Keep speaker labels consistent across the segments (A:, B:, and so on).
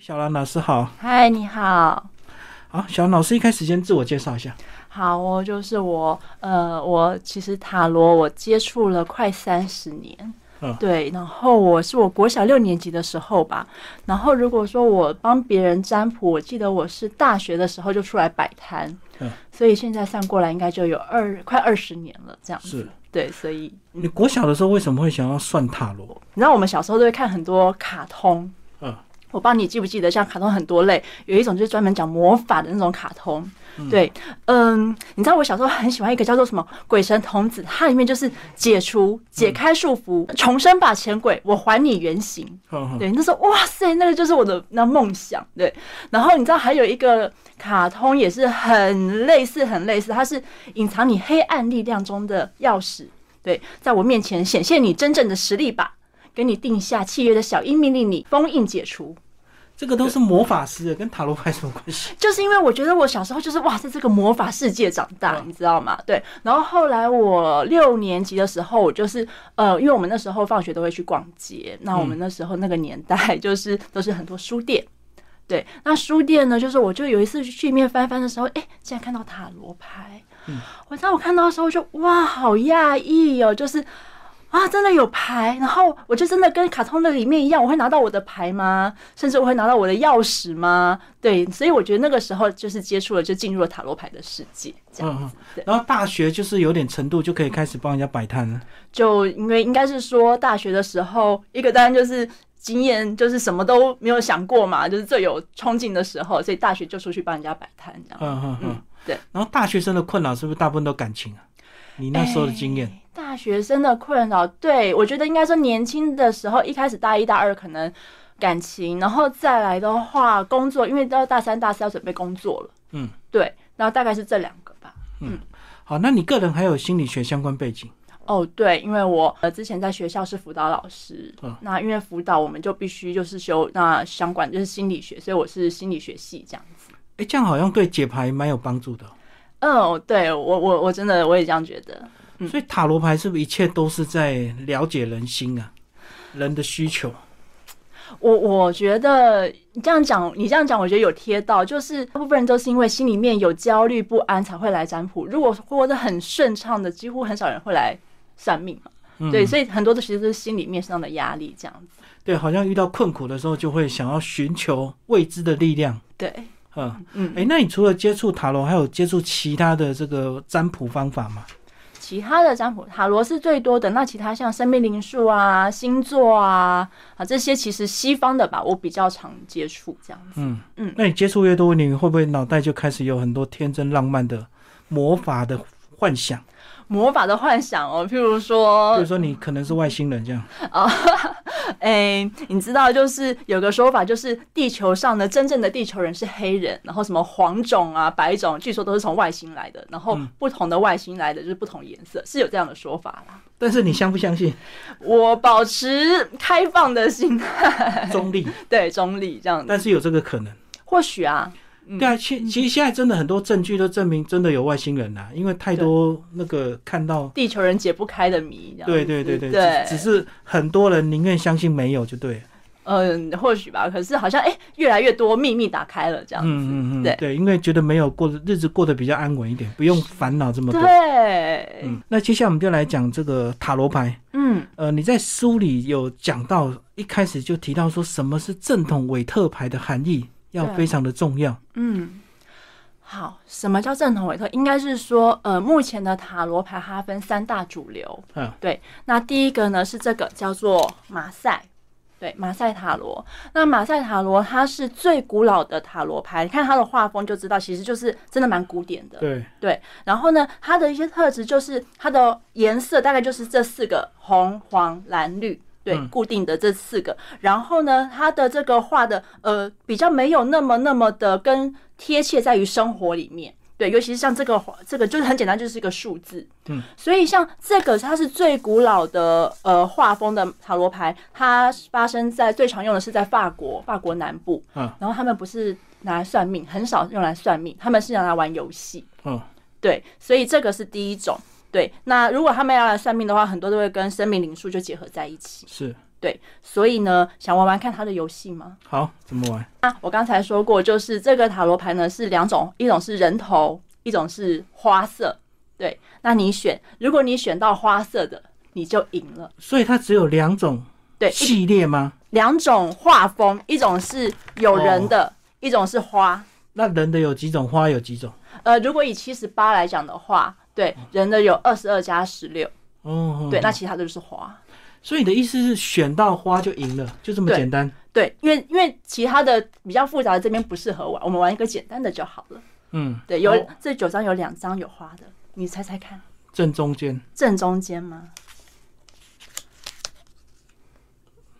A: 小兰老师好，
B: 嗨，你好，
A: 好，小兰老师一开始先自我介绍一下。
B: 好哦，就是我，呃，我其实塔罗我接触了快三十年，
A: 嗯
B: 对，然后我是我国小六年级的时候吧，然后如果说我帮别人占卜，我记得我是大学的时候就出来摆摊，
A: 嗯
B: 所以现在算过来应该就有二快二十年了，这样子
A: 是，
B: 对，所以
A: 你国小的时候为什么会想要算塔罗？
B: 你知道我们小时候都会看很多卡通，
A: 嗯，
B: 我不知道你记不记得，像卡通很多类，有一种就是专门讲魔法的那种卡通，对，嗯，你知道我小时候很喜欢一个叫做什么《鬼神童子》，它里面就是解除、解开束缚、重生吧，前鬼，我还你原形。
A: 嗯
B: 对，那时候哇塞，那个就是我的那梦想。对，然后你知道还有一个卡通也是很类似，很类似，它是隐藏你黑暗力量中的钥匙。对，在我面前显现你真正的实力吧，给你定下契约的小鹰命令你封印解除。
A: 这个都是魔法师的，跟塔罗牌什么关系？
B: 就是因为我觉得我小时候就是哇，在这个魔法世界长大，你知道吗？对。然后后来我六年级的时候，我就是呃，因为我们那时候放学都会去逛街，那我们那时候那个年代就是都是很多书店。对，那书店呢，就是我就有一次去里面翻翻的时候，哎，竟然看到塔罗牌。我知道我看到的时候就哇，好讶异哦，就是啊，真的有牌，然后我就真的跟卡通的里面一样，我会拿到我的牌吗？甚至我会拿到我的钥匙吗？对，所以我觉得那个时候就是接触了，就进入了塔罗牌的世界，这样
A: 嗯
B: 子。对，
A: 然后大学就是有点程度就可以开始帮人家摆摊了。
B: 就因为应该是说大学的时候，一个当然就是。经验就是什么都没有想过嘛，就是最有冲劲的时候，所以大学就出去帮人家摆摊这样。
A: 嗯嗯嗯。
B: 对。
A: 然后大学生的困扰是不是大部分都感情啊？你那时候的经验，
B: 哎大学生的困扰，对我觉得应该说年轻的时候，一开始大一大二可能感情，然后再来的话工作，因为到大三大四要准备工作了，
A: 嗯，
B: 对，然后大概是这两个吧。
A: 好，那你个人还有心理学相关背景，
B: 哦，对，因为我呃之前在学校是辅导老师，
A: 嗯
B: 那因为辅导我们就必须就是修那相关就是心理学，所以我是心理学系这样子。
A: 哎，这样好像对解牌蛮有帮助的哦。
B: 嗯，对我我我真的我也这样觉得。嗯
A: 所以塔罗牌是不是一切都是在了解人心啊，人的需求？
B: 我我觉得你这样讲，你这样讲，我觉得有贴到，就是大部分人都是因为心里面有焦虑不安才会来占卜。如果活得很顺畅的，几乎很少人会来算命嘛。
A: 嗯
B: 对，所以很多的其实都是心里面上的压力这样子。
A: 对，好像遇到困苦的时候，就会想要寻求未知的力量。
B: 对，
A: 嗯，
B: 嗯，
A: 哎，那你除了接触塔罗，还有接触其他的这个占卜方法吗？
B: 其他的占卜塔罗是最多的，那其他像生命灵数啊、星座啊啊这些，其实西方的吧，我比较常接触这样子。
A: 嗯
B: 嗯
A: 那你接触越多，你会不会脑袋就开始有很多天真浪漫的魔法的幻想？
B: 魔法的幻想哦，譬如说，
A: 比如说你可能是外星人这样。
B: 哎、你知道，就是有个说法，就是地球上的真正的地球人是黑人，然后什么黄种啊、白种，据说都是从外星来的，然后
A: 嗯
B: 不同的外星来的就是不同颜色，是有这样的说法啦。
A: 但是你相不相 信
B: 我保持开放的心态，
A: 中立？
B: 对中立这样子，
A: 但是有这个可能。
B: 或许啊，
A: 对啊，其其实现在真的很多证据都证明真的有外星人啦、啊因为太多那个看到，
B: 地球人解不开的谜，这样子
A: 对对对对，
B: 对，
A: 只只是很多人宁愿相信没有就对了。
B: 嗯，或许吧。可是好像哎、越来越多秘密打开了这样子，
A: 嗯嗯嗯，
B: 对
A: 因为觉得没有过日子过得比较安稳一点，不用烦恼这么多。
B: 对，
A: 嗯，那接下来我们就来讲这个塔罗牌。
B: 嗯
A: 呃，你在书里有讲到，一开始就提到说什么是正统韦特牌的含义，要
B: 对
A: 非常的重要。
B: 嗯，好，什么叫正统委托？应该是说，呃，目前的塔罗牌它分三大主流。
A: 嗯，
B: 对。那第一个呢是这个叫做马赛，对，马赛塔罗。那马赛塔罗它是最古老的塔罗牌，你看它的画风就知道，其实就是真的蛮古典的。
A: 对，
B: 对，然后呢，它的一些特质就是它的颜色大概就是这四个红、黄、蓝、绿，对，
A: 嗯
B: 固定的这四个。然后呢，它的这个画的呃比较没有那么那么的跟贴切在于生活里面。对，尤其是像这个这个就是很简单，就是一个数字。
A: 嗯，
B: 所以像这个它是最古老的呃画风的塔罗牌，它发生在最常用的是在法国，法国南部。
A: 嗯，
B: 然后他们不是拿来算命，很少用来算命，他们是拿来玩游戏。
A: 嗯，
B: 对，所以这个是第一种。对，那如果他们要来算命的话，很多都会跟生命灵数就结合在一起。
A: 是，
B: 对，所以呢，想玩玩看它的游戏吗？
A: 好，怎么玩？
B: 啊，我刚才说过，就是这个塔罗牌呢是两种，一种是人头，一种是花色。对，那你选，如果你选到花色的，你就赢了。
A: 所以它只有两种
B: 对，一
A: 系列吗？
B: 两种画风，一种是有人的，一种是花。
A: 那人的有几种，花有几种？
B: 呃，如果以七十八来讲的话，对，人的有二十二加十六，
A: 哦，
B: 对，那其他的就是花。
A: 所以你的意思是选到花就赢了，就这么
B: 对
A: 简单？
B: 对，因为因为其他的比较复杂的这边不适合玩，我们玩一个简单的就好了。
A: 嗯，
B: 对，有、
A: 哦
B: 这九张有两张有花的，你猜猜看，
A: 正中间
B: 正中间吗？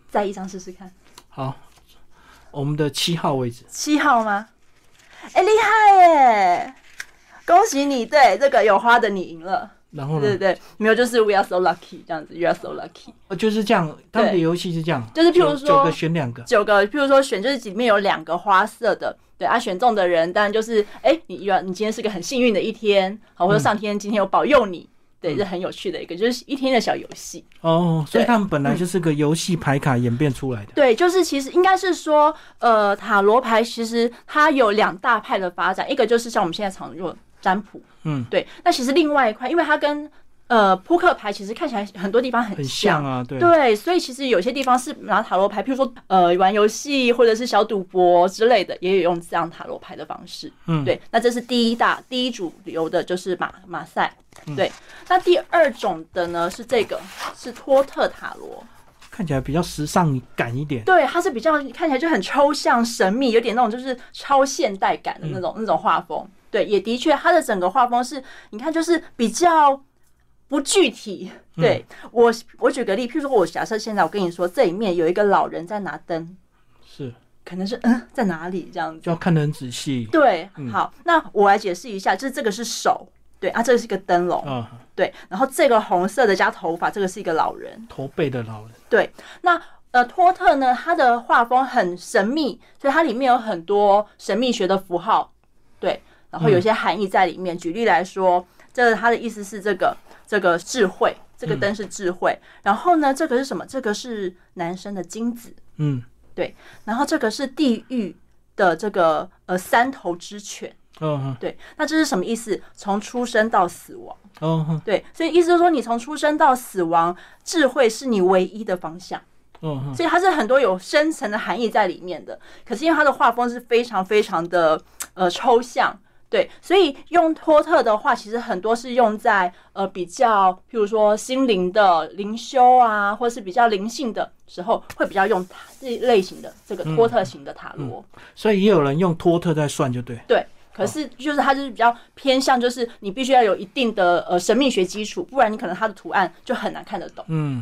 B: 再一张试试看，
A: 好，我们的七号位置，
B: 七号吗？哎、厉害耶！恭喜你，对这个有花的你赢了，
A: 然后
B: 对
A: 呢
B: 对，对，没有就是 we are so lucky 这样子，you are so lucky。
A: 哦就是这样，他们的游戏是这样，
B: 就是譬如
A: 九
B: 说
A: 九个选两个，
B: 九个，譬如说选就是里面有两个花色的，对啊，选中的人当然就是，哎、你原你今天是个很幸运的一天，好，
A: 嗯
B: 或者上天今天有保佑你，对，这很有趣的一个就是一天的小游戏。
A: 哦，所以
B: 对
A: 他们本来就是个游戏牌卡演变出来的，
B: 对，就是其实应该是说，呃，塔罗牌其实它有两大派的发展，一个就是像我们现在常用占卜，
A: 嗯，
B: 对，那其实另外一块，因为它跟呃扑克牌其实看起来很多地方
A: 很
B: 像
A: 像啊，对，
B: 对，所以其实有些地方是拿塔罗牌，譬如说呃玩游戏或者是小赌博之类的，也有用这样塔罗牌的方式。
A: 嗯
B: 对，那这是第一大第一主流的就是马马赛。
A: 嗯
B: 对，那第二种的呢是这个是托特塔罗，
A: 看起来比较时尚感一点，
B: 对，它是比较看起来就很抽象神秘，有点那种就是超现代感的那种、那种画风。对，也的确，它的整个画风是，你看就是比较不具体。对、我，我举个例，譬如说，我假设现在我跟你说，这里面有一个老人在拿灯，
A: 是
B: 可能是嗯在哪里这样子。
A: 就要看得很仔细
B: 对，好，那我来解释一下，就是这个是手，对啊，这是一个灯笼，
A: 啊，
B: 对，然后这个红色的加头发，这个是一个老人。
A: 驼背的老人，
B: 对，那呃，托特呢，它的画风很神秘，所以它里面有很多神秘学的符号，对，然后有一些含义在里面。举例来说，这它的意思是这个这个智慧，这个灯是智慧，然后呢，这个是什么？这个是男生的精子，
A: 嗯，
B: 然后这个是地狱的这个呃三头之犬，
A: 哦
B: 对，那这是什么意思？从出生到死亡，
A: 哦哦
B: 对，所以意思就是说，你从出生到死亡，智慧是你唯一的方向。
A: 哦，
B: 所以它是很多有深层的含义在里面的。可是因为它的画风是非常非常的呃抽象，对，所以用托特的话，其实很多是用在呃比较，譬如说心灵的灵修啊，或是比较灵性的时候，会比较用塔这类型的这个托特型的塔罗。
A: 所以也有人用托特在算，就对，
B: 对，可是就是它就是比较偏向，就是你必须要有一定的呃神秘学基础，不然你可能它的图案就很难看得懂。
A: 嗯，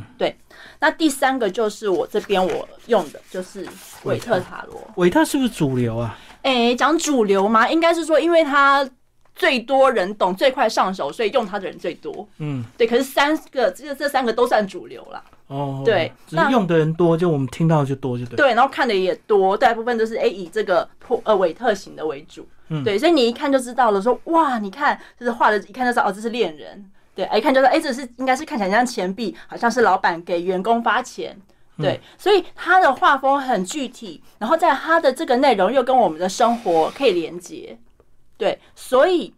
B: 那第三个就是我这边我用的就是韦特塔罗。
A: 维特是不是主流啊？
B: 诶，讲主流吗？应该是说，因为它最多人懂、最快上手，所以用它的人最多。
A: 嗯，
B: 对，可是三个这这三个都算主流啦。
A: 哦，
B: 对
A: 只
B: 那
A: 是用的人多，就我们听到就多，就对。
B: 对，然后看的也多，大部分都是诶以这个托呃韦特型的为主。
A: 嗯
B: 对，所以你一看就知道了说，哇，你看就是画的，一看就知道哦，这是恋人。对，诶一看就知道，哎，这是应该是看起来像钱币，好像是老板给员工发钱。
A: 嗯
B: 对，所以他的画风很具体，然后在他的这个内容又跟我们的生活可以连接。对，所以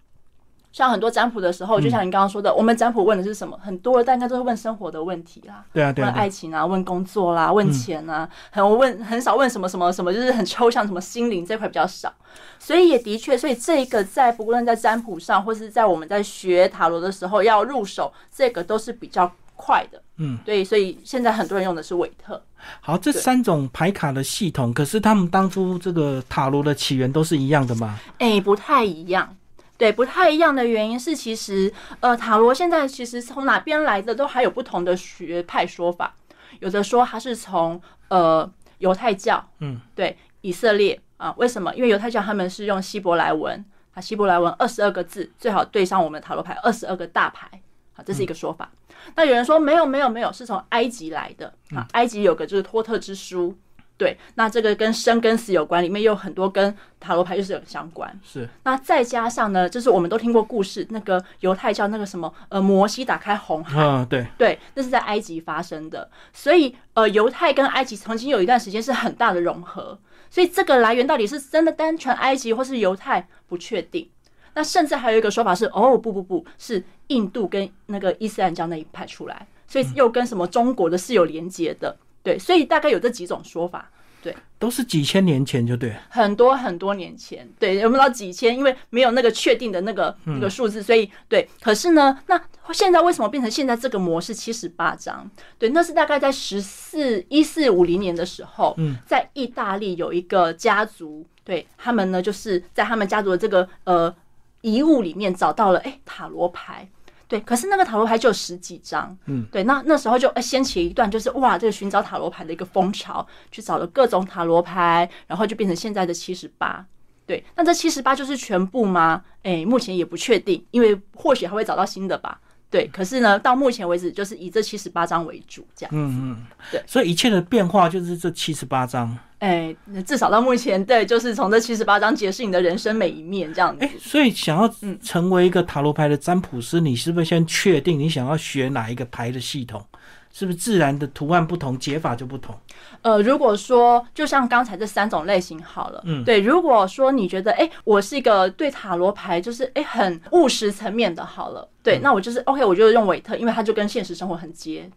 B: 像很多占卜的时候，
A: 嗯
B: 就像你刚刚说的，我们占卜问的是什么？很多大家都会问生活的问题啦。
A: 对啊，对嗯
B: 问
A: 啊，对啊
B: 爱情啊，问工作啦，问钱啊，很问很少问什么什么什么，就是很抽象，什么心灵这块比较少。所以也的确，所以这个在不论在占卜上，或是在我们在学塔罗的时候要入手，这个都是比较快的。
A: 嗯，
B: 对，所以现在很多人用的是韦特。
A: 好，这
B: 对
A: 三种牌卡的系统，可是他们当初这个塔罗的起源都是一样的嘛？
B: 哎、不太一样。对，不太一样的原因是，其实呃，塔罗现在其实从哪边来的都还有不同的学派说法，有的说它是从呃犹太教，
A: 嗯，
B: 对，以色列啊，为什么？因为犹太教他们是用希伯来文，啊，希伯来文二十二个字，最好对上我们的塔罗牌二十二个大牌，啊，这是一个说法。那有人说没有没有没有，是从埃及来的啊，埃及有个就是托特之书，对，那这个跟生跟死有关，里面有很多跟塔罗牌就是有相关。
A: 是
B: 那再加上呢，就是我们都听过故事，那个犹太教那个什么，呃，摩西打开红海，
A: 啊，对，
B: 对，那是在埃及发生的。所以，呃，犹太跟埃及曾经有一段时间是很大的融合，所以这个来源到底是真的单纯埃及或是犹太不确定。那甚至还有一个说法是，哦，不不不，是印度跟那个伊斯兰教那一派出来，所以又跟什么中国的是有连接的。对，所以大概有这几种说法。
A: 都是几千年前就对了，
B: 很多很多年前，对，有没有到几千？因为没有那个确定的那个那个数字，所以对。可是呢，那现在为什么变成现在这个模式七十八张？对，那是大概在十四一四五零年的时候，
A: 嗯，
B: 在意大利有一个家族，对他们呢，就是在他们家族的这个呃遗物里面找到了哎、塔罗牌。对，可是那个塔罗牌就有十几张，
A: 嗯，
B: 对，那那时候就哎掀起一段就是哇，这个寻找塔罗牌的一个风潮，去找了各种塔罗牌，然后就变成现在的七十八。对，那这七十八就是全部吗？哎，目前也不确定，因为或许还会找到新的吧。对，可是呢，到目前为止就是以这七十八张为主，这样。
A: 嗯嗯，
B: 对，
A: 所以一切的变化就是这七十八章。
B: 哎，那至少到目前，对，就是从这七十八张解释你的人生每一面这样子。
A: 哎、所以想要
B: 嗯
A: 成为一个塔罗牌的占卜师，你是不是先确定你想要学哪一个牌的系统？是不是自然的图案不同，解法就不同？
B: 呃，如果说就像刚才这三种类型好了，
A: 嗯
B: 对，如果说你觉得，哎、我是一个对塔罗牌就是哎、诶很务实层面的，好了，对，
A: 嗯
B: 那我就是 OK，我就用韦特，因为它就跟现实生活很接。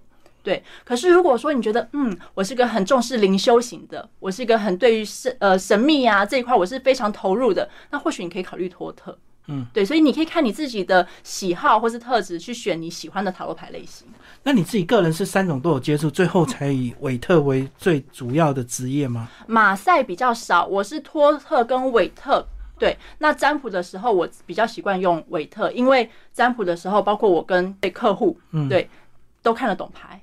B: 对，可是如果说你觉得，嗯，我是一个很重视灵修型的，我是一个很对于神呃神秘啊这一块我是非常投入的，那或许你可以考虑托特。
A: 嗯，
B: 对，所以你可以看你自己的喜好或是特质去选你喜欢的塔罗牌类型。
A: 那你自己个人是三种都有接触，最后才以韦特为最主要的职业吗？
B: 马赛比较少，我是托特跟韦特。对，那占卜的时候我比较习惯用韦特，因为占卜的时候，包括我跟对客户，
A: 嗯
B: 对，都看得懂牌，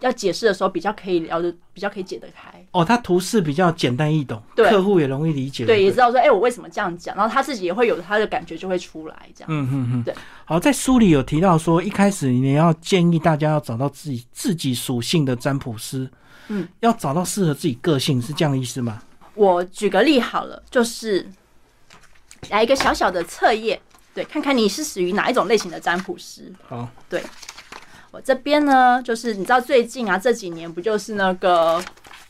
B: 要解释的时候比较可以聊的，比较可以解得开。
A: 哦，它图示比较简单易懂，
B: 对
A: 客户也容易理解。
B: 对，也
A: 不
B: 知道说，哎、我为什么这样讲，然后他自己也会有他的感觉，就会出来这样。
A: 嗯嗯嗯，
B: 对。
A: 好，在书里有提到说，一开始你要建议大家要找到自己自己属性的占卜师，
B: 嗯，
A: 要找到适合自己个性，是这样的意思吗？
B: 我举个例好了，就是来一个小小的测验，对，看看你是属于哪一种类型的占卜师。
A: 好，
B: 我这边呢，就是你知道最近啊这几年不就是那个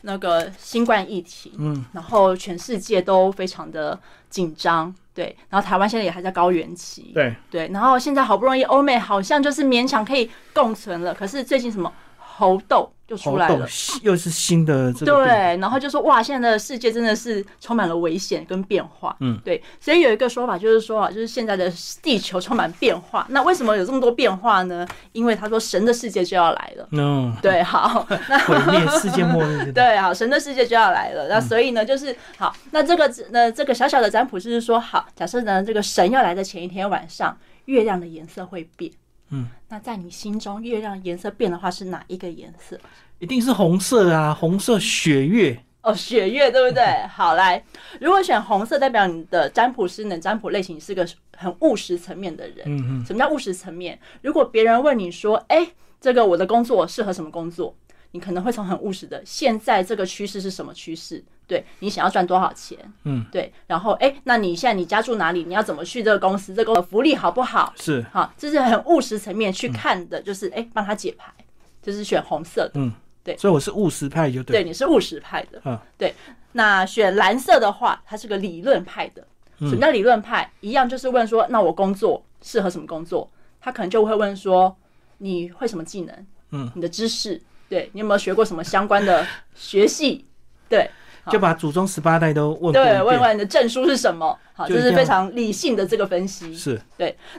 B: 那个新冠疫情，
A: 嗯，
B: 然后全世界都非常的紧张，对，然后台湾现在也还在高原期，
A: 对，
B: 对，然后现在好不容易欧美好像就是勉强可以共存了，可是最近什么猴痘就出
A: 好
B: 来
A: 懂
B: 了。，
A: 又是新的这个
B: 对
A: 病，，
B: 然后就说哇，现在的世界真的是充满了危险跟变化。
A: 嗯，
B: 对，所以有一个说法就是说啊，就是现在的地球充满变化。那为什么有这么多变化呢？因为他说神的世界就要来了。
A: 嗯，
B: 对，好，
A: 毁灭世界末日，
B: 对，好，神的世界就要来了。那所以呢，就是好，那这个那这个小小的占卜就是说，好，假设呢，这个神要来的前一天晚上，月亮的颜色会变。
A: 嗯，
B: 那在你心中，月亮颜色变的话是哪一个颜色？
A: 一定是红色啊，红色血月，
B: 哦，血月对不对？好，来，如果选红色，代表你的占卜师呢，占卜类型是个很务实层面的人。
A: 嗯嗯，
B: 什么叫务实层面？如果别人问你说：“哎、这个我的工作适合什么工作？”你可能会从很务实的，现在这个趋势是什么趋势？对你想要赚多少钱？
A: 嗯，
B: 对，然后哎、那你现在你家住哪里？你要怎么去这个公司？这个福利好不好？
A: 是
B: 好，这是很务实层面去
A: 嗯
B: 看的，就是哎，帮、他解牌，就是选红色的。
A: 嗯所以我是务实派就对，
B: 对，你是务实派的。
A: 嗯
B: 对。那选蓝色的话，它是个理论派的。
A: 嗯
B: 什么叫理论派？一样就是问说，那我工作适合什么工作？他可能就会问说，你会什么技能？
A: 嗯，
B: 你的知识，对你有没有学过什么相关的学系？对
A: 就把祖宗十八代都问过一
B: 对，
A: 遍
B: 问问你的证书是什么？好，
A: 就
B: 这
A: 一
B: 是
A: 定
B: 非
A: 要
B: 常理性的这个分析。
A: 是，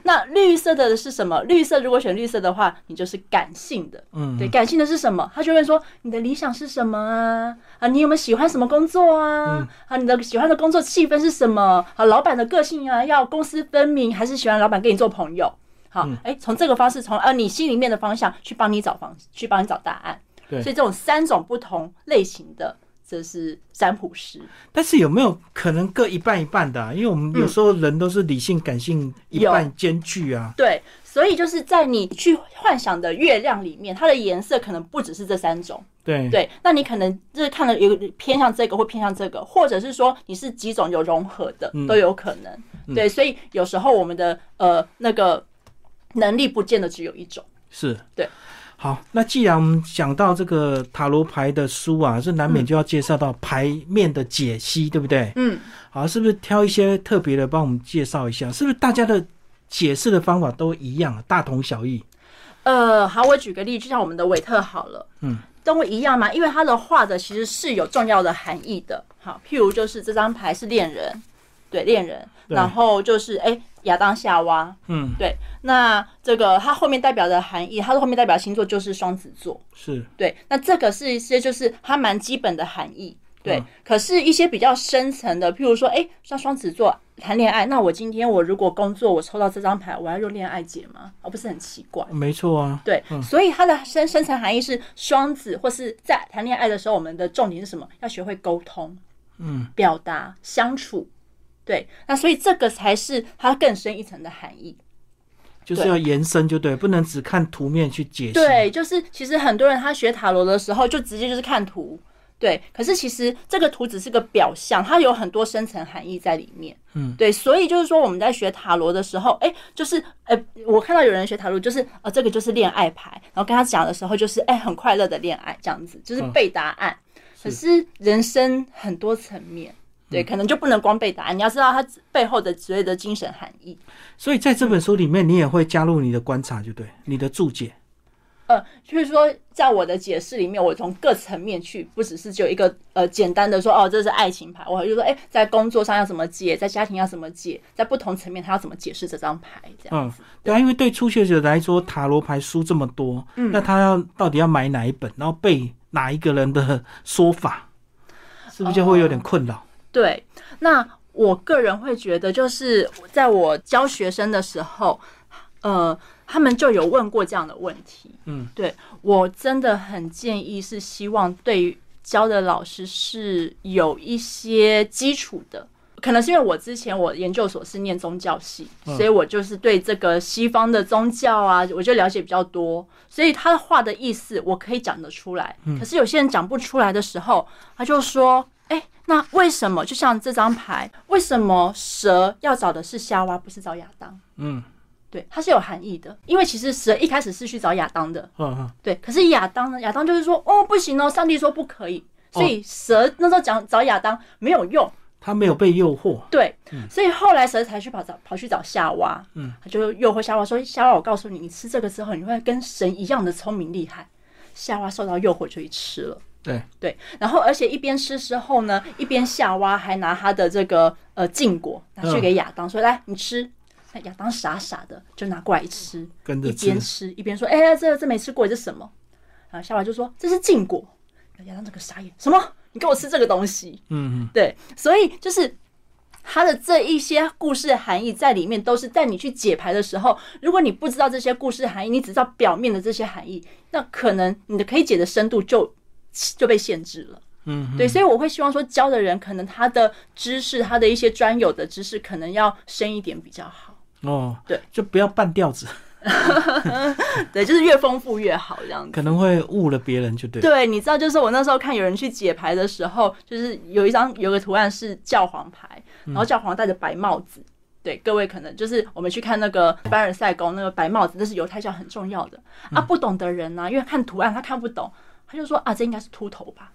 B: 那绿色的是什么？绿色如果选绿色的话，你就是感性的。
A: 嗯，
B: 对，感性的是什么？他就问说你的理想是什么啊？啊，你有没有喜欢什么工作啊？
A: 嗯
B: 啊，你的喜欢的工作气氛是什么？啊，老板的个性啊，要公私分明，还是喜欢老板跟你做朋友？好，
A: 嗯
B: 哎、从这个方式，从呃你心里面的方向去帮你找方，去帮你找答案。
A: 对
B: 所以这种三种不同类型的这是占卜师。
A: 但是有没有可能各一半一半的、啊？因为我们有时候人都是理性感性一半兼具啊。
B: 对，所以就是在你去幻想的月亮里面，它的颜色可能不只是这三种。
A: 对
B: 对，那你可能就是看了有偏向这个或偏向这个，或者是说你是几种有融合的、
A: 嗯
B: 都有可能。
A: 嗯
B: 对，所以有时候我们的呃那个能力不见得只有一种。
A: 是，
B: 对。
A: 好，那既然我们讲到这个塔罗牌的书啊，这难免就要介绍到牌面的解析，对不对？
B: 嗯，
A: 好，是不是挑一些特别的帮我们介绍一下？是不是大家的解释的方法都一样，大同小异？
B: 呃，好，我举个例，就像我们的韦特好了，
A: 嗯，
B: 都一样嘛，因为它的画的其实是有重要的含义的。好，譬如就是这张牌是恋人，对恋人，
A: 对
B: 然后就是哎亚当夏娃，
A: 嗯，
B: 对，那这个它后面代表的含义，它的后面代表星座就是双子座，
A: 是，
B: 对，那这个是一些就是它蛮基本的含义。对，
A: 嗯
B: 可是，一些比较深层的，譬如说，哎，像双子座谈恋爱，那我今天我如果工作，我抽到这张牌，我要用恋爱解吗？而、不是很奇怪。
A: 没错啊。
B: 对，所以它的深深层含义是双子，或是在谈恋爱的时候，我们的重点是什么？要学会沟通，
A: 嗯，
B: 表达、相处。对，那所以这个才是它更深一层的含义。
A: 就是要延伸，就对，不能只看图面去解析。
B: 对，就是其实很多人他学塔罗的时候，就直接就是看图。对，可是其实这个图只是个表象，它有很多深层含义在里面。
A: 嗯，
B: 对，所以就是说我们在学塔罗的时候，哎，就是呃，我看到有人学塔罗，就是呃，这个就是恋爱牌，然后跟他讲的时候，就是哎，很快乐的恋爱这样子，就是
A: 嗯
B: 背答案。可是人生很多层面，
A: 嗯
B: 对，可能就不能光背答案，你要知道它背后的所谓的精神含义。
A: 所以在这本书里面，你也会加入你的观察，就对，你的注解。
B: 呃，就是说，在我的解释里面，我从各层面去，不只是只有一个呃简单的说哦，这是爱情牌，我就说，哎、在工作上要怎么解，在家庭要怎么解，在不同层面他要怎么解释这张牌，这样。
A: 嗯，对啊，因为对初学者来说，塔罗牌书这么多，
B: 嗯
A: 那他要到底要买哪一本，然后背哪一个人的说法，是不是就会
B: 哦
A: 有点困扰？
B: 对，那我个人会觉得，就是在我教学生的时候，呃，他们就有问过这样的问题。
A: 嗯，
B: 对我真的很建议是希望对于教的老师是有一些基础的。可能是因为我之前我研究所是念宗教系，
A: 嗯
B: 所以我就是对这个西方的宗教啊，我就了解比较多，所以他话的意思我可以讲得出来。
A: 嗯
B: 可是有些人讲不出来的时候，他就说：“哎、那为什么？就像这张牌，为什么蛇要找的是夏娃，不是找亚当？
A: 嗯
B: 对，它是有含义的，因为其实蛇一开始是去找亚当的，
A: 嗯嗯，
B: 对。可是亚当呢？亚当就是说：哦，不行哦，上帝说不可以。所以蛇那时候讲找亚当没有用，
A: 他没有被诱惑。
B: 对，所以后来蛇才去跑找跑去找夏娃，
A: 嗯，
B: 他就诱惑夏娃说：“夏娃，我告诉你，你吃这个之后，你会跟神一样的聪明厉害。”夏娃受到诱惑就去吃了。
A: 对
B: 对，然后而且一边吃之后呢，一边夏娃还拿他的这个呃禁果拿去给亚当说：“来，你吃。”那亚当傻傻的就拿过来一吃，
A: 跟着
B: 一
A: 吃
B: 边，吃一边说：“哎、呀，这这没吃过，这是什么？”然后夏娃就说：“这是禁果。”亚当这个傻眼：“什么？你给我吃这个东西？”
A: 嗯，嗯
B: 对，所以就是它的这一些故事含义在里面，都是在你去解牌的时候，如果你不知道这些故事含义，你只知道表面的这些含义，那可能你的可以解的深度就就被限制了。
A: 嗯，
B: 对，所以我会希望说，教的人可能他的知识，他的一些专有的知识，可能要深一点比较好。
A: 哦，
B: 对，
A: 就不要半吊子，
B: 对，就是越丰富越好，这样子。
A: 可能会误了别人，就对。
B: 对，你知道，就是我那时候看有人去解牌的时候，就是有一张有个图案是教皇牌，
A: 嗯
B: 然后教皇戴着白帽子。对，各位可能就是我们去看那个凡尔赛宫那个白帽子，那是犹太教很重要的
A: 嗯
B: 啊。不懂的人呢、因为看图案他看不懂，他就说啊，这应该是秃头 吧。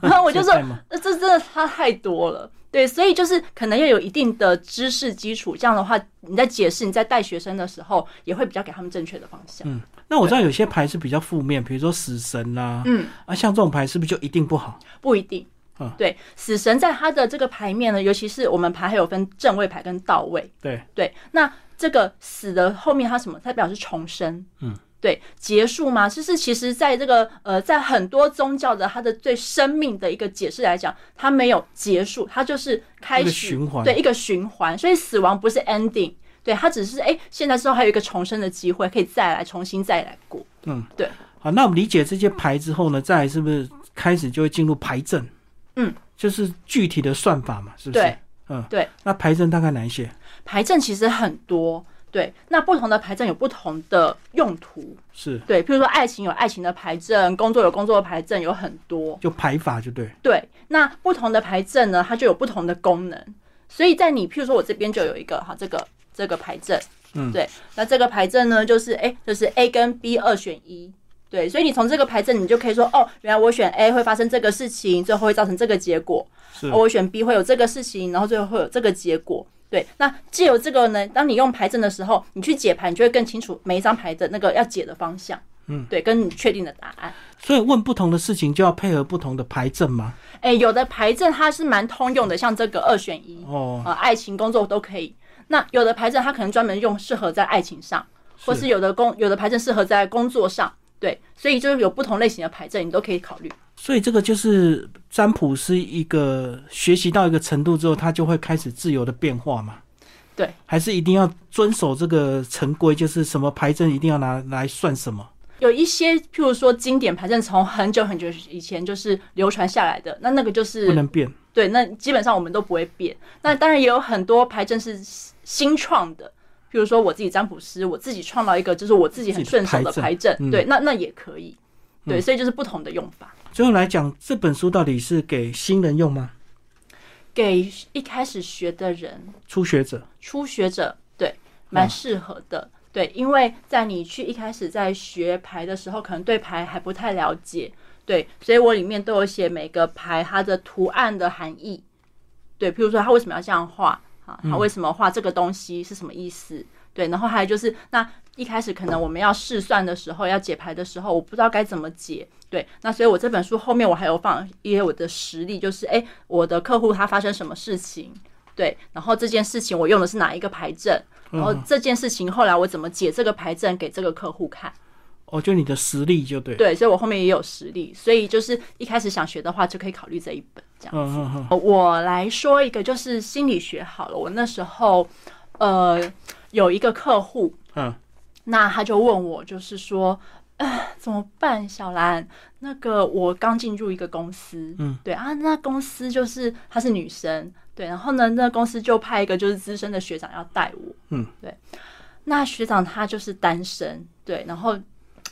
B: 然后我就说
A: 这太猛，
B: 呃这真的差太多了。对，所以就是可能要有一定的知识基础，这样的话，你在解释、你在带学生的时候，也会比较给他们正确的方向。
A: 嗯，那我知道有些牌是比较负面，比如说死神啦、啊，
B: 嗯，
A: 像这种牌是不是就一定不好？
B: 不一定
A: 嗯。
B: 对，死神在他的这个牌面呢，尤其是我们牌还有分正位牌跟倒位。
A: 对，
B: 对，那这个死的后面它什么？它表示重生。
A: 嗯，
B: 对，结束嘛，就是其实在这个呃，在很多宗教的它的对生命的一个解释来讲，它没有结束，它就是开
A: 一
B: 始
A: 个循环
B: 对一个循环。所以死亡不是 ending，对，它只是哎、现在之后还有一个重生的机会，可以再来重新再来过。
A: 嗯，
B: 对。
A: 好，那我们理解这些牌之后呢，再来是不是开始就会进入牌阵？
B: 嗯，
A: 就是具体的算法嘛，是不是？
B: 对，
A: 嗯，
B: 对。
A: 那牌阵大概哪一些？
B: 牌阵其实很多，对，那不同的牌阵有不同的用途，
A: 是
B: 对，譬如说爱情有爱情的牌阵，工作有工作的牌阵，有很多，
A: 就排法就对，
B: 对，那不同的牌阵呢，它就有不同的功能，所以在你譬如说我这边就有一个哈，这个这个牌阵，
A: 嗯
B: 对，那这个牌阵呢，就是哎、就是 A 跟 B 二选一。对，所以你从这个牌阵，你就可以说，哦，原来我选 A 会发生这个事情，最后会造成这个结果。
A: 是
B: 哦我选 B 会有这个事情，然后最后会有这个结果。对，那借由这个呢，当你用牌阵的时候，你去解牌，你就会更清楚每一张牌的那个要解的方向。
A: 嗯，
B: 对，跟你确定的答案。
A: 所以问不同的事情就要配合不同的牌阵嘛。
B: 哎、有的牌阵它是蛮通用的，像这个二选一，
A: 哦，
B: 呃，爱情、工作都可以。那有的牌阵它可能专门用适合在爱情上，或是有的工有的牌阵适合在工作上。对，所以就是有不同类型的牌阵，你都可以考虑。
A: 所以这个就是占卜是一个学习到一个程度之后，它就会开始自由的变化嘛。
B: 对，
A: 还是一定要遵守这个陈规，就是什么牌阵一定要拿来算什么。
B: 有一些，譬如说经典牌阵，从很久很久以前就是流传下来的，那那个就是
A: 不能变。
B: 对，那基本上我们都不会变。那当然也有很多牌阵是新新创的，比如说我自己占卜师，我自己创造一个就是我自己很顺手的
A: 自己的
B: 牌
A: 牌
B: 阵，
A: 嗯
B: 对，那那也可以。对，所以就是不同的用法，
A: 最后来讲，这本书到底是给新人用吗？
B: 给一开始学的人、
A: 初学者
B: 初学者，对，蛮适合的。对，因为在你去一开始在学牌的时候，可能对牌还不太了解，对，所以我里面都有写每个牌它的图案的含义。对，譬如说他为什么要这样画啊？他为什么画这个东西是什么意思？对，然后还有就是，那一开始可能我们要试算的时候，要解牌的时候，我不知道该怎么解。对，那所以我这本书后面我还有放一些我的实例，就是诶，我的客户他发生什么事情，对，然后这件事情我用的是哪一个牌阵，
A: 嗯
B: 然后这件事情后来我怎么解这个牌阵给这个客户看。
A: 哦，就你的实力就对。
B: 对，所以我后面也有实例，所以就是一开始想学的话，就可以考虑这一本这样。
A: 嗯嗯嗯，
B: 我来说一个，就是心理学好了。我那时候，呃，有一个客户，
A: 嗯，
B: 那他就问我，就是说，呃，怎么办，小兰？那个我刚进入一个公司，
A: 嗯，
B: 对啊，那公司就是她是女生，对，然后呢，那公司就派一个就是资深的学长要带我，
A: 嗯，
B: 对。那学长他就是单身，对，然后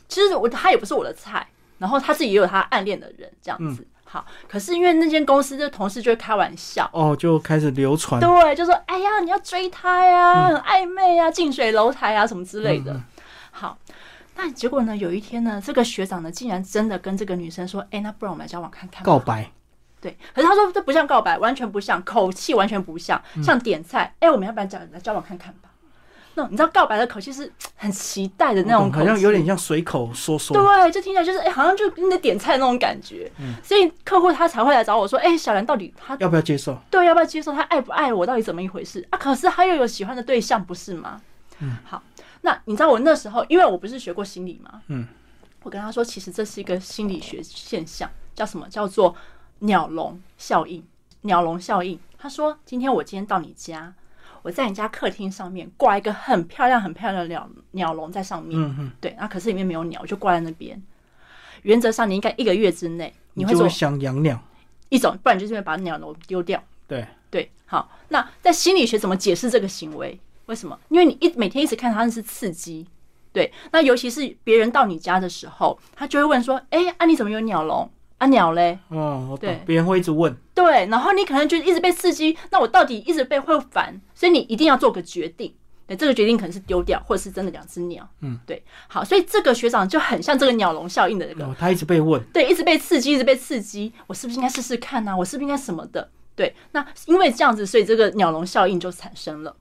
B: 其实我他也不是我的菜，然后他自己也有他暗恋的人这
A: 嗯
B: 样子。好，可是因为那间公司的同事就会开玩笑，
A: 哦，就开始流传。
B: 对，就说哎呀，你要追他
A: 嗯
B: 呀，很暧昧啊，近水楼台啊，什么之类的。好，那结果呢，有一天呢，这个学长呢，竟然真的跟这个女生说，哎，那不然我们来交往看看吧。
A: 告白，
B: 对，可是他说这不像告白，完全不像，口气完全不像，
A: 嗯
B: 像点菜。哎、我们要不然交来交往看看吧？那你知道告白的口气是很期待的那
A: 我
B: 种
A: 懂
B: 口气，
A: 好像有点像随口说说。
B: 对，就听起来就是哎、好像就跟你点菜那种感觉。
A: 嗯
B: 所以客户他才会来找我说，哎、小兰到底他
A: 要不要接受？
B: 对要不要接受，他爱不爱我，到底怎么一回事啊？可是他又有喜欢的对象，不是吗？嗯，好，那你知道我那时候，因为我不是学过心理嘛，
A: 嗯，
B: 我跟他说，其实这是一个心理学现象，叫什么？叫做鸟笼效应。鸟笼效应。他说，今天我今天到你家，我在你家客厅上面挂一个很漂亮、很漂亮的鸟鸟笼在上面，
A: 嗯嗯，
B: 对，那、可是里面没有鸟，我就挂在那边。原则上，你应该一个月之内你会
A: 就
B: 做
A: 会想养鸟。
B: 一种，不然你就是会把鸟笼丢掉。
A: 对，
B: 对，好，那在心理学怎么解释这个行为？为什么？因为你一每天一直看他是刺激，对。那尤其是别人到你家的时候，他就会问说：“哎、啊你怎么有鸟笼？啊鸟嘞
A: 哦，我懂
B: 对。
A: 别人会一直问。？”
B: 对，然后你可能就一直被刺激，那我到底一直被会烦，所以你一定要做个决定。对，这个决定可能是丢掉，或者是真的两只鸟。
A: 嗯，
B: 对。好，所以这个学长就很像这个鸟笼效应的那个
A: 哦，他一直被问。
B: 对，一直被刺激，一直被刺激，我是不是应该试试看啊呢、我是不是应该什么的？对，那因为这样子，所以这个鸟笼效应就产生了。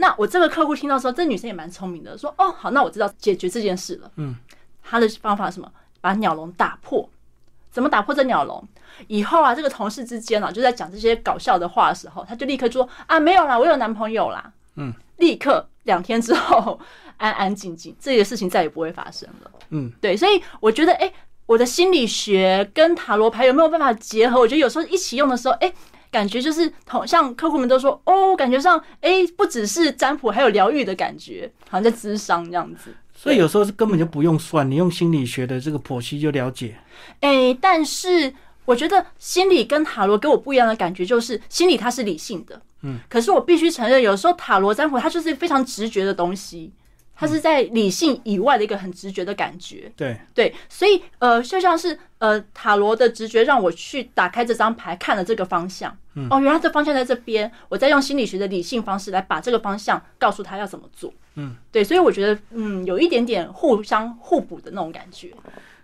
B: 那我这个客户听到说，这女生也蛮聪明的，说哦好，那我知道解决这件事了。
A: 嗯，
B: 她的方法是什么？把鸟笼打破。怎么打破这鸟笼？以后啊，这个同事之间啊，就在讲这些搞笑的话的时候，她就立刻说啊没有啦，我有男朋友啦。
A: 嗯，
B: 立刻两天之后 安安静静，这个事情再也不会发生了。
A: 嗯，
B: 对，所以我觉得，哎、我的心理学跟塔罗牌有没有办法结合？我觉得有时候一起用的时候，哎、感觉就是同像客户们都说，哦，感觉上，哎、不只是占卜，还有疗愈的感觉，好像在智商这样子。
A: 所以有时候是根本就不用算，你用心理学的这个剖析就了解。
B: 哎，但是我觉得心理跟塔罗给我不一样的感觉，就是心理它是理性的，嗯，可是我必须承认，有时候塔罗占卜它就是非常直觉的东西，它是在理性以外的一个很直觉的感觉，
A: 对，
B: 对，所以呃，就像是呃塔罗的直觉让我去打开这张牌，看了这个方向，
A: 嗯
B: 哦，原来这方向在这边，我再用心理学的理性方式来把这个方向告诉他要怎么做，
A: 嗯，
B: 对，所以我觉得嗯有一点点互相互补的那种感觉，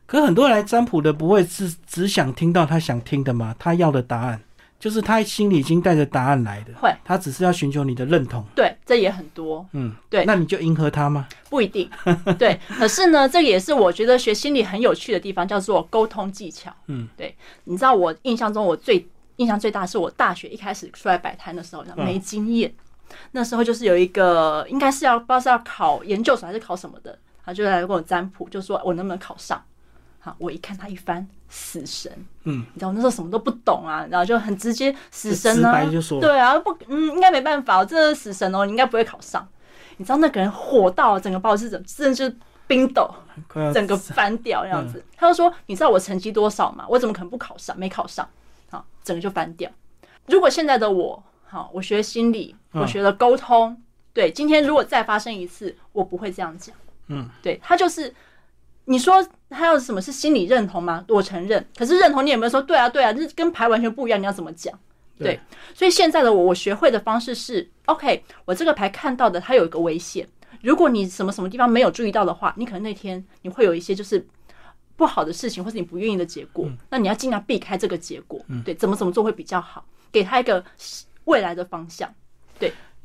A: 可很多人来占卜的不会是只想听到他想听的嘛，他要的答案就是他心里已经带着答案来的，
B: 会，
A: 他只是要寻求你的认同。
B: 对，这也很多，
A: 嗯，
B: 对
A: 那你就迎合他吗？
B: 不 一定，对。可是呢，这也是我觉得学心理很有趣的地方，叫做沟通技巧。
A: 嗯，
B: 对。你知道我印象中我最印象最大是我大学一开始出来摆摊的时候，
A: 嗯
B: 没经验。那时候就是有一个应该是要不知道是要考研究所还是考什么的，他就来跟我占卜，就说我能不能考上。好，我一看他一翻死神，
A: 嗯，
B: 你知道我那时候什么都不懂啊，然后就很直接死
A: 直
B: 神呢、
A: 白就说
B: 对啊，不，嗯，应该没办法，这是死神哦，你应该不会考上。你知道那个人火到整个报纸，真的就是冰斗，
A: 快要
B: 整个翻掉那样子。他就说：“你知道我成绩多少吗？我怎么可能不考上？没考上，好，整个就翻掉。如果现在的我，好，我学心理，
A: 嗯
B: 我学了沟通，对，今天如果再发生一次，我不会这样讲。
A: 嗯，
B: 对他就是。”你说还有什么是心理认同吗？我承认，可是认同你有没有说对啊对啊，这跟牌完全不一样，你要怎么讲？对，所以现在的我，我学会的方式是，OK，我这个牌看到的它有一个危险，如果你什么什么地方没有注意到的话，你可能那天你会有一些就是不好的事情，或是你不愿意的结果，
A: 嗯
B: 那你要尽量避开这个结果，对，怎么怎么做会比较好，给他一个未来的方向。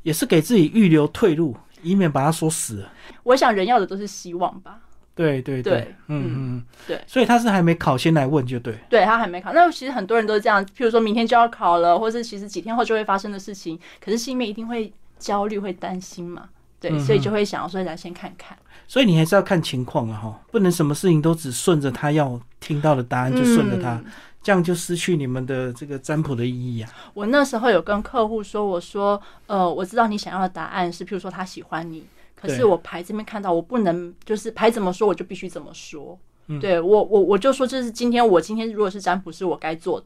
A: 也是给自己预留退路，以免把他说死了。
B: 我想人要的都是希望吧，
A: 对对
B: 对
A: 嗯嗯，
B: 对，
A: 所以他是还没考先来问就对，
B: 对他还没考，那其实很多人都是这样，譬如说明天就要考了，或是其实几天后就会发生的事情，可是心里面一定会焦虑，会担心嘛，对，所
A: 嗯
B: 以就会想要说来先看看。
A: 所以你还是要看情况啊哈，不能什么事情都只顺着他要听到的答案就顺着他，
B: 嗯
A: 这样就失去你们的这个占卜的意义啊。
B: 我那时候有跟客户说，我说，呃，我知道你想要的答案是，譬如说他喜欢你，可
A: 对
B: 是我牌这边看到，我不能就是牌怎么说，我就必须怎么说。
A: 嗯
B: 对我，我我就说这是今天我今天如果是占卜师，我该做的。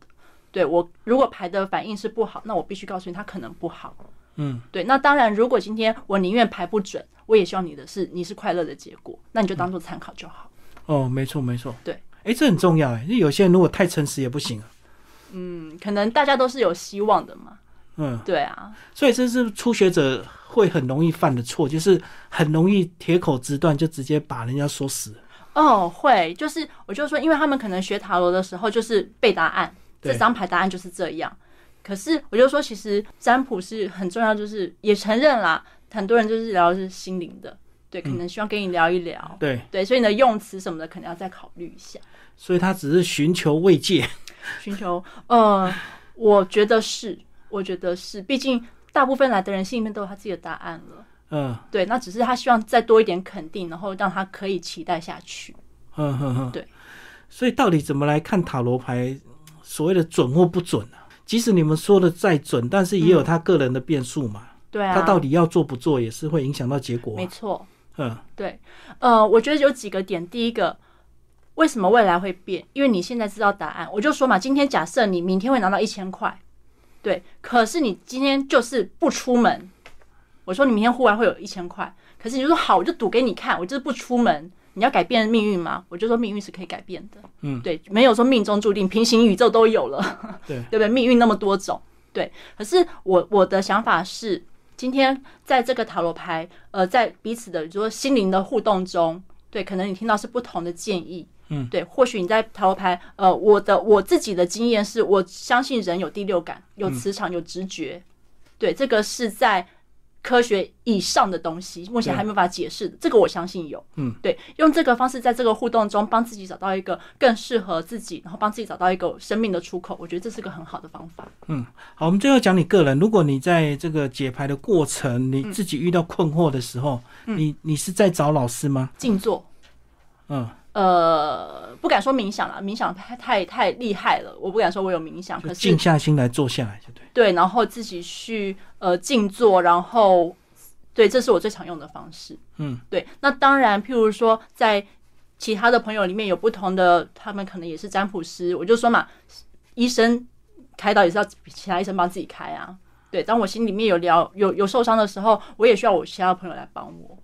B: 对我如果牌的反应是不好，那我必须告诉你他可能不好。
A: 嗯，
B: 对。那当然，如果今天我宁愿牌不准，我也希望你的是你是快乐的结果，那你就当做参考就好。
A: 哦，没错没错，
B: 对，
A: 哎，这很重要哎，因为有些人如果太诚实也不行啊。
B: 嗯，可能大家都是有希望的嘛。
A: 嗯，
B: 对啊，
A: 所以这是初学者会很容易犯的错，就是很容易铁口直断，就直接把人家说死。
B: 哦，会，就是我就说，因为他们可能学塔罗的时候就是背答案，
A: 对
B: 这张牌答案就是这样。可是我就说，其实占卜是很重要，就是也承认啦，很多人就是聊的是心灵的，对，
A: 嗯
B: 可能希望跟你聊一聊，
A: 对，
B: 对，所以你的用词什么的可能要再考虑一下，
A: 所以他只是寻求慰藉。
B: 寻求，呃，我觉得是，我觉得是，毕竟大部分来的人心里面都有他自己的答案了，
A: 嗯
B: 对，那只是他希望再多一点肯定，然后让他可以期待下去。
A: 嗯嗯嗯，
B: 对。
A: 所以到底怎么来看塔罗牌所谓的准或不准呢、即使你们说的再准，但是也有他个人的变数嘛。
B: 嗯对啊，
A: 他到底要做不做，也是会影响到结果啊、
B: 没错。
A: 嗯，
B: 对，呃，我觉得有几个点。第一个，为什么未来会变？因为你现在知道答案，我就说嘛，今天假设你明天会拿到一千块，对，可是你今天就是不出门。我说你明天忽然会有一千块，可是你就说好，我就赌给你看，我就是不出门。你要改变命运吗？我就说命运是可以改变的，
A: 嗯，
B: 对，没有说命中注定，平行宇宙都有了，
A: 对
B: 对不对？命运那么多种，对。可是我我的想法是，今天在这个塔罗牌，呃，在彼此的，就是说心灵的互动中，对，可能你听到是不同的建议，
A: 嗯，
B: 对，或许你在塔罗牌，呃，我的我自己的经验是，我相信人有第六感，有
A: 嗯
B: 磁场，有直觉，对，这个是在科学以上的东西，目前还没有办法解释的，这个我相信有，
A: 嗯，
B: 对，用这个方式在这个互动中，帮自己找到一个更适合自己，然后帮自己找到一个生命的出口，我觉得这是个很好的方法。
A: 好，我们最后讲你个人。如果你在这个解牌的过程，你
B: 嗯
A: 自己遇到困惑的时候，你你是在找老师吗？
B: 静坐，
A: 嗯，
B: 呃，不敢说冥想啦，冥想太太太厉害了，我不敢说我有冥想，
A: 就
B: 啊可
A: 静
B: 是
A: 下心来坐下来就对。
B: 对，然后自己去呃静坐，然后对，这是我最常用的方式。
A: 嗯，
B: 对。那当然，譬如说在其他的朋友里面有不同的，他们可能也是占卜师，我就说嘛，医生开导也是要其他医生帮自己开啊。对，当我心里面有疗有有受伤的时候，我也需要我其他的朋友来帮我。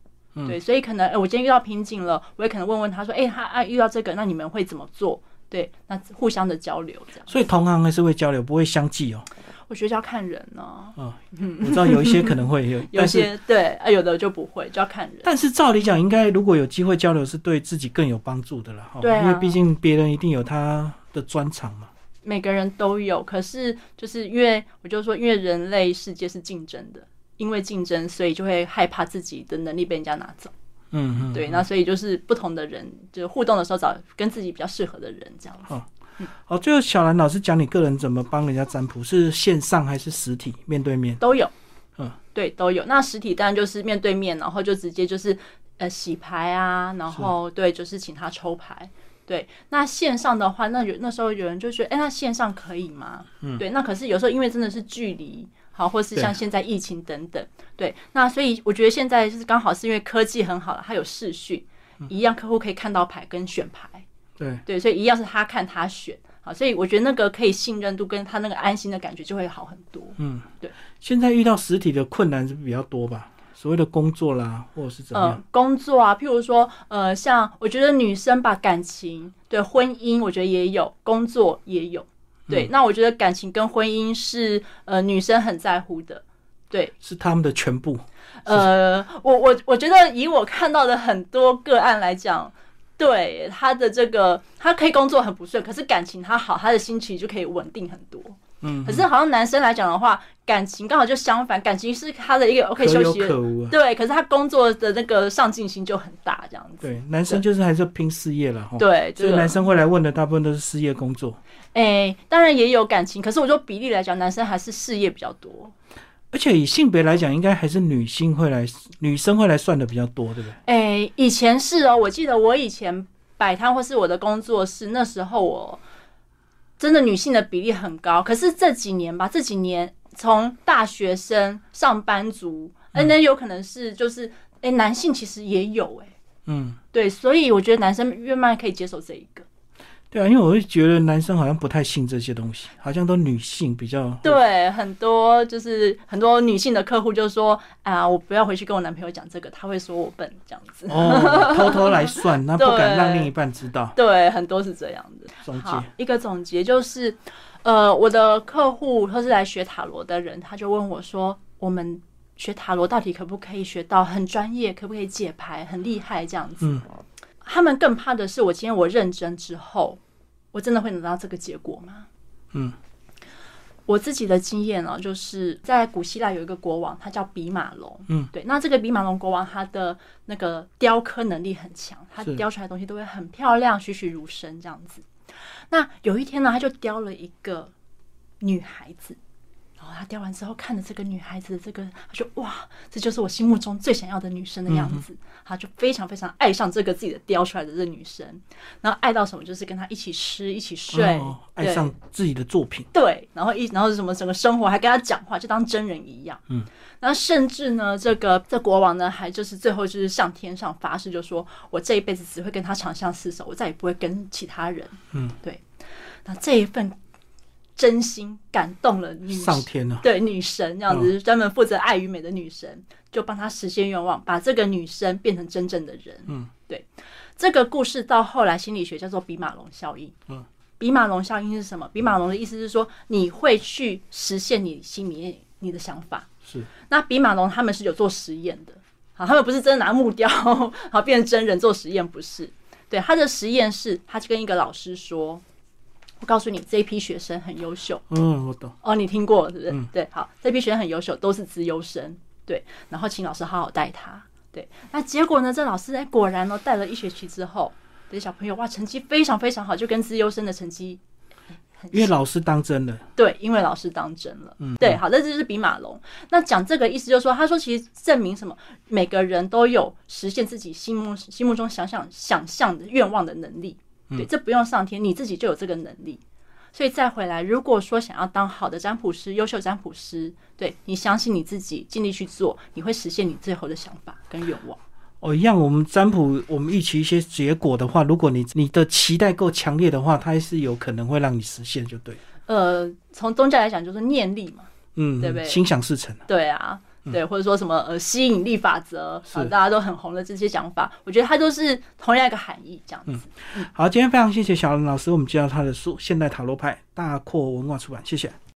B: 对，所以可能、呃我今天遇到瓶颈了，我也可能问问他说，哎、他啊遇到这个，那你们会怎么做？对，那互相的交流这样，
A: 所以同行还是会交流，不会相忌哦。
B: 我觉得要看人啊呢、
A: 我知道有一些可能会有，
B: 嗯 有
A: 但是
B: 些对，啊有的就不会，就要看人。
A: 但是照理讲，应该如果有机会交流，是对自己更有帮助的了哈。
B: 对啊
A: 因为毕竟别人一定有他的专长嘛。
B: 每个人都有，可是就是因为我就说，因为人类世界是竞争的，因为竞争，所以就会害怕自己的能力被人家拿走。
A: 嗯嗯，
B: 对，那所以就是不同的人，就互动的时候找跟自己比较适合的人，这样子。
A: 哦，最后小兰老师讲你个人怎么帮人家占卜，是线上还是实体面对面？
B: 都有，
A: 嗯，
B: 对，都有。那实体当然就是面对面，然后就直接就是呃洗牌啊，然后对，就是请他抽牌。对，那线上的话，那有那时候有人就觉得，哎、那线上可以吗？嗯，对，那可是有时候因为真的是距离。好，或是
A: 对
B: 像现在疫情等等，对，那所以我觉得现在就是刚好是因为科技很好了，它有视讯，一样客户可以看到牌跟选牌，
A: 对，
B: 对，所以一样是他看他选，好，所以我觉得那个可以信任度跟他那个安心的感觉就会好很多。
A: 现在遇到实体的困难是比较多吧？所谓的工作啦，或者是怎么样？
B: 呃，工作啊，譬如说，呃，像我觉得女生吧，感情对婚姻，我觉得也有，工作也有。对，
A: 嗯
B: 那我觉得感情跟婚姻是呃女生很在乎的。对，
A: 是他们的全部。
B: 呃，我我我觉得以我看到的很多个案来讲，对他的这个，他可以工作很不顺，可是感情他好，他的心情就可以稳定很多。
A: 嗯，
B: 可是好像男生来讲的话，感情刚好就相反，感情是他的一个我可以
A: 可
B: 休
A: 有
B: 息的，
A: 可无啊。
B: 对，可是他工作的那个上进心就很大，这样子。
A: 对，男生就是还是拼事业了哈。齁，
B: 对，
A: 哦
B: 啊
A: 所
B: 这
A: 以
B: 个
A: 男生会来问的大部分都是事业工作，
B: 哎、当然也有感情，可是我说比例来讲，男生还是事业比较多。
A: 而且以性别来讲，应该还是女性会来，女生会来算的比较多，对不对？
B: 哎、以前是哦，我记得我以前摆摊或是我的工作室，那时候我真的女性的比例很高。可是这几年吧，这几年从大学生、上班族，
A: 嗯
B: 哎、那有可能是就是哎、男性其实也有哎、
A: 嗯，
B: 对，所以我觉得男生越慢可以接受这一个。
A: 对啊，因为我会觉得男生好像不太信这些东西，好像都女性比较。
B: 对，很多就是很多女性的客户就说啊，我不要回去跟我男朋友讲这个，他会说我笨这样子。
A: 哦，偷偷来 算，那不敢
B: 对
A: 让另一半知道。
B: 对，很多是这样的。
A: 总结
B: 好，一个总结就是，呃，我的客户或是来学塔罗的人，他就问我说，我们学塔罗到底可不可以学到很专业，可不可以解牌，很厉害这样子？
A: 嗯
B: 他们更怕的是，我今天我认真之后，我真的会得到这个结果吗？
A: 嗯，
B: 我自己的经验呢、就是在古希腊有一个国王，他叫比马龙。
A: 嗯，
B: 对，那这个比马龙国王，他的那个雕刻能力很强，他
A: 是
B: 雕出来的东西都会很漂亮，栩栩如生这样子。那有一天呢，他就雕了一个女孩子。然后他雕完之后，看着这个女孩子的这个，他说：“哇，这就是我心目中最想要的女生的样子。
A: 嗯
B: 他就非常非常爱上这个自己的雕出来的这个女生，然后爱到什么，就是跟她一起吃、一起睡，
A: 哦
B: 对
A: 爱上自己的作品，
B: 对，然后一然后什么整个生活还跟他讲话，就当真人一样。
A: 嗯，
B: 然后甚至呢，这个这国王呢，还就是最后就是向天上发誓，就说我这一辈子只会跟他长相厮守，我再也不会跟其他人。
A: 嗯，
B: 对。那这一份真心感动了女
A: 上天啊了、
B: 对女神
A: 嗯
B: 这样子，专门负责爱与美的女神，就帮她实现愿望，把这个女生变成真正的人。
A: 嗯，
B: 对。这个故事到后来心理学叫做比马龙效应。
A: 嗯，
B: 比马龙效应是什么？比马龙的意思是说，你会去实现你心里面你的想法。
A: 是
B: 那比马龙他们是有做实验的，好，他们不是真的拿木雕然后变成真人做实验，不是。对，他的实验是，他就跟一个老师说：“我告诉你，这一批学生很优秀。”
A: 嗯，我懂。
B: 哦，你听过是不是？对，好，这批学生很优秀，都是资优生，对，然后请老师好好带他，对。那结果呢？这老师哎，果然哦，带了一学期之后，这小朋友哇，成绩非常非常好，就跟资优生的成绩很
A: 因为老师当真了，嗯
B: 对，因为老师当真了，对，好，那这就是比马龙。那讲这个意思就是说，他说其实证明什么？每个人都有实现自己心目心目中想想想象的愿望的能力，对，这不用上天，你自己就有这个能力。所以再回来，如果说想要当好的占卜师、优秀占卜师，对你相信你自己，尽力去做，你会实现你最后的想法跟愿望。
A: 哦，一样，我们占卜，我们预期一些结果的话，如果你你的期待够强烈的话，它还是有可能会让你实现，就对了。
B: 呃，从宗教来讲，就是念力嘛，
A: 嗯，
B: 对不对
A: 心想事成啊。
B: 对啊，对，或者说什么呃吸引力法则，啊、
A: 是
B: 大家都很红的这些讲法，我觉得它都是同样一个含义，这样子。
A: 好，今天非常谢谢小林老师，我们介绍他的书《现代塔罗牌》，大阔文化出版，谢谢。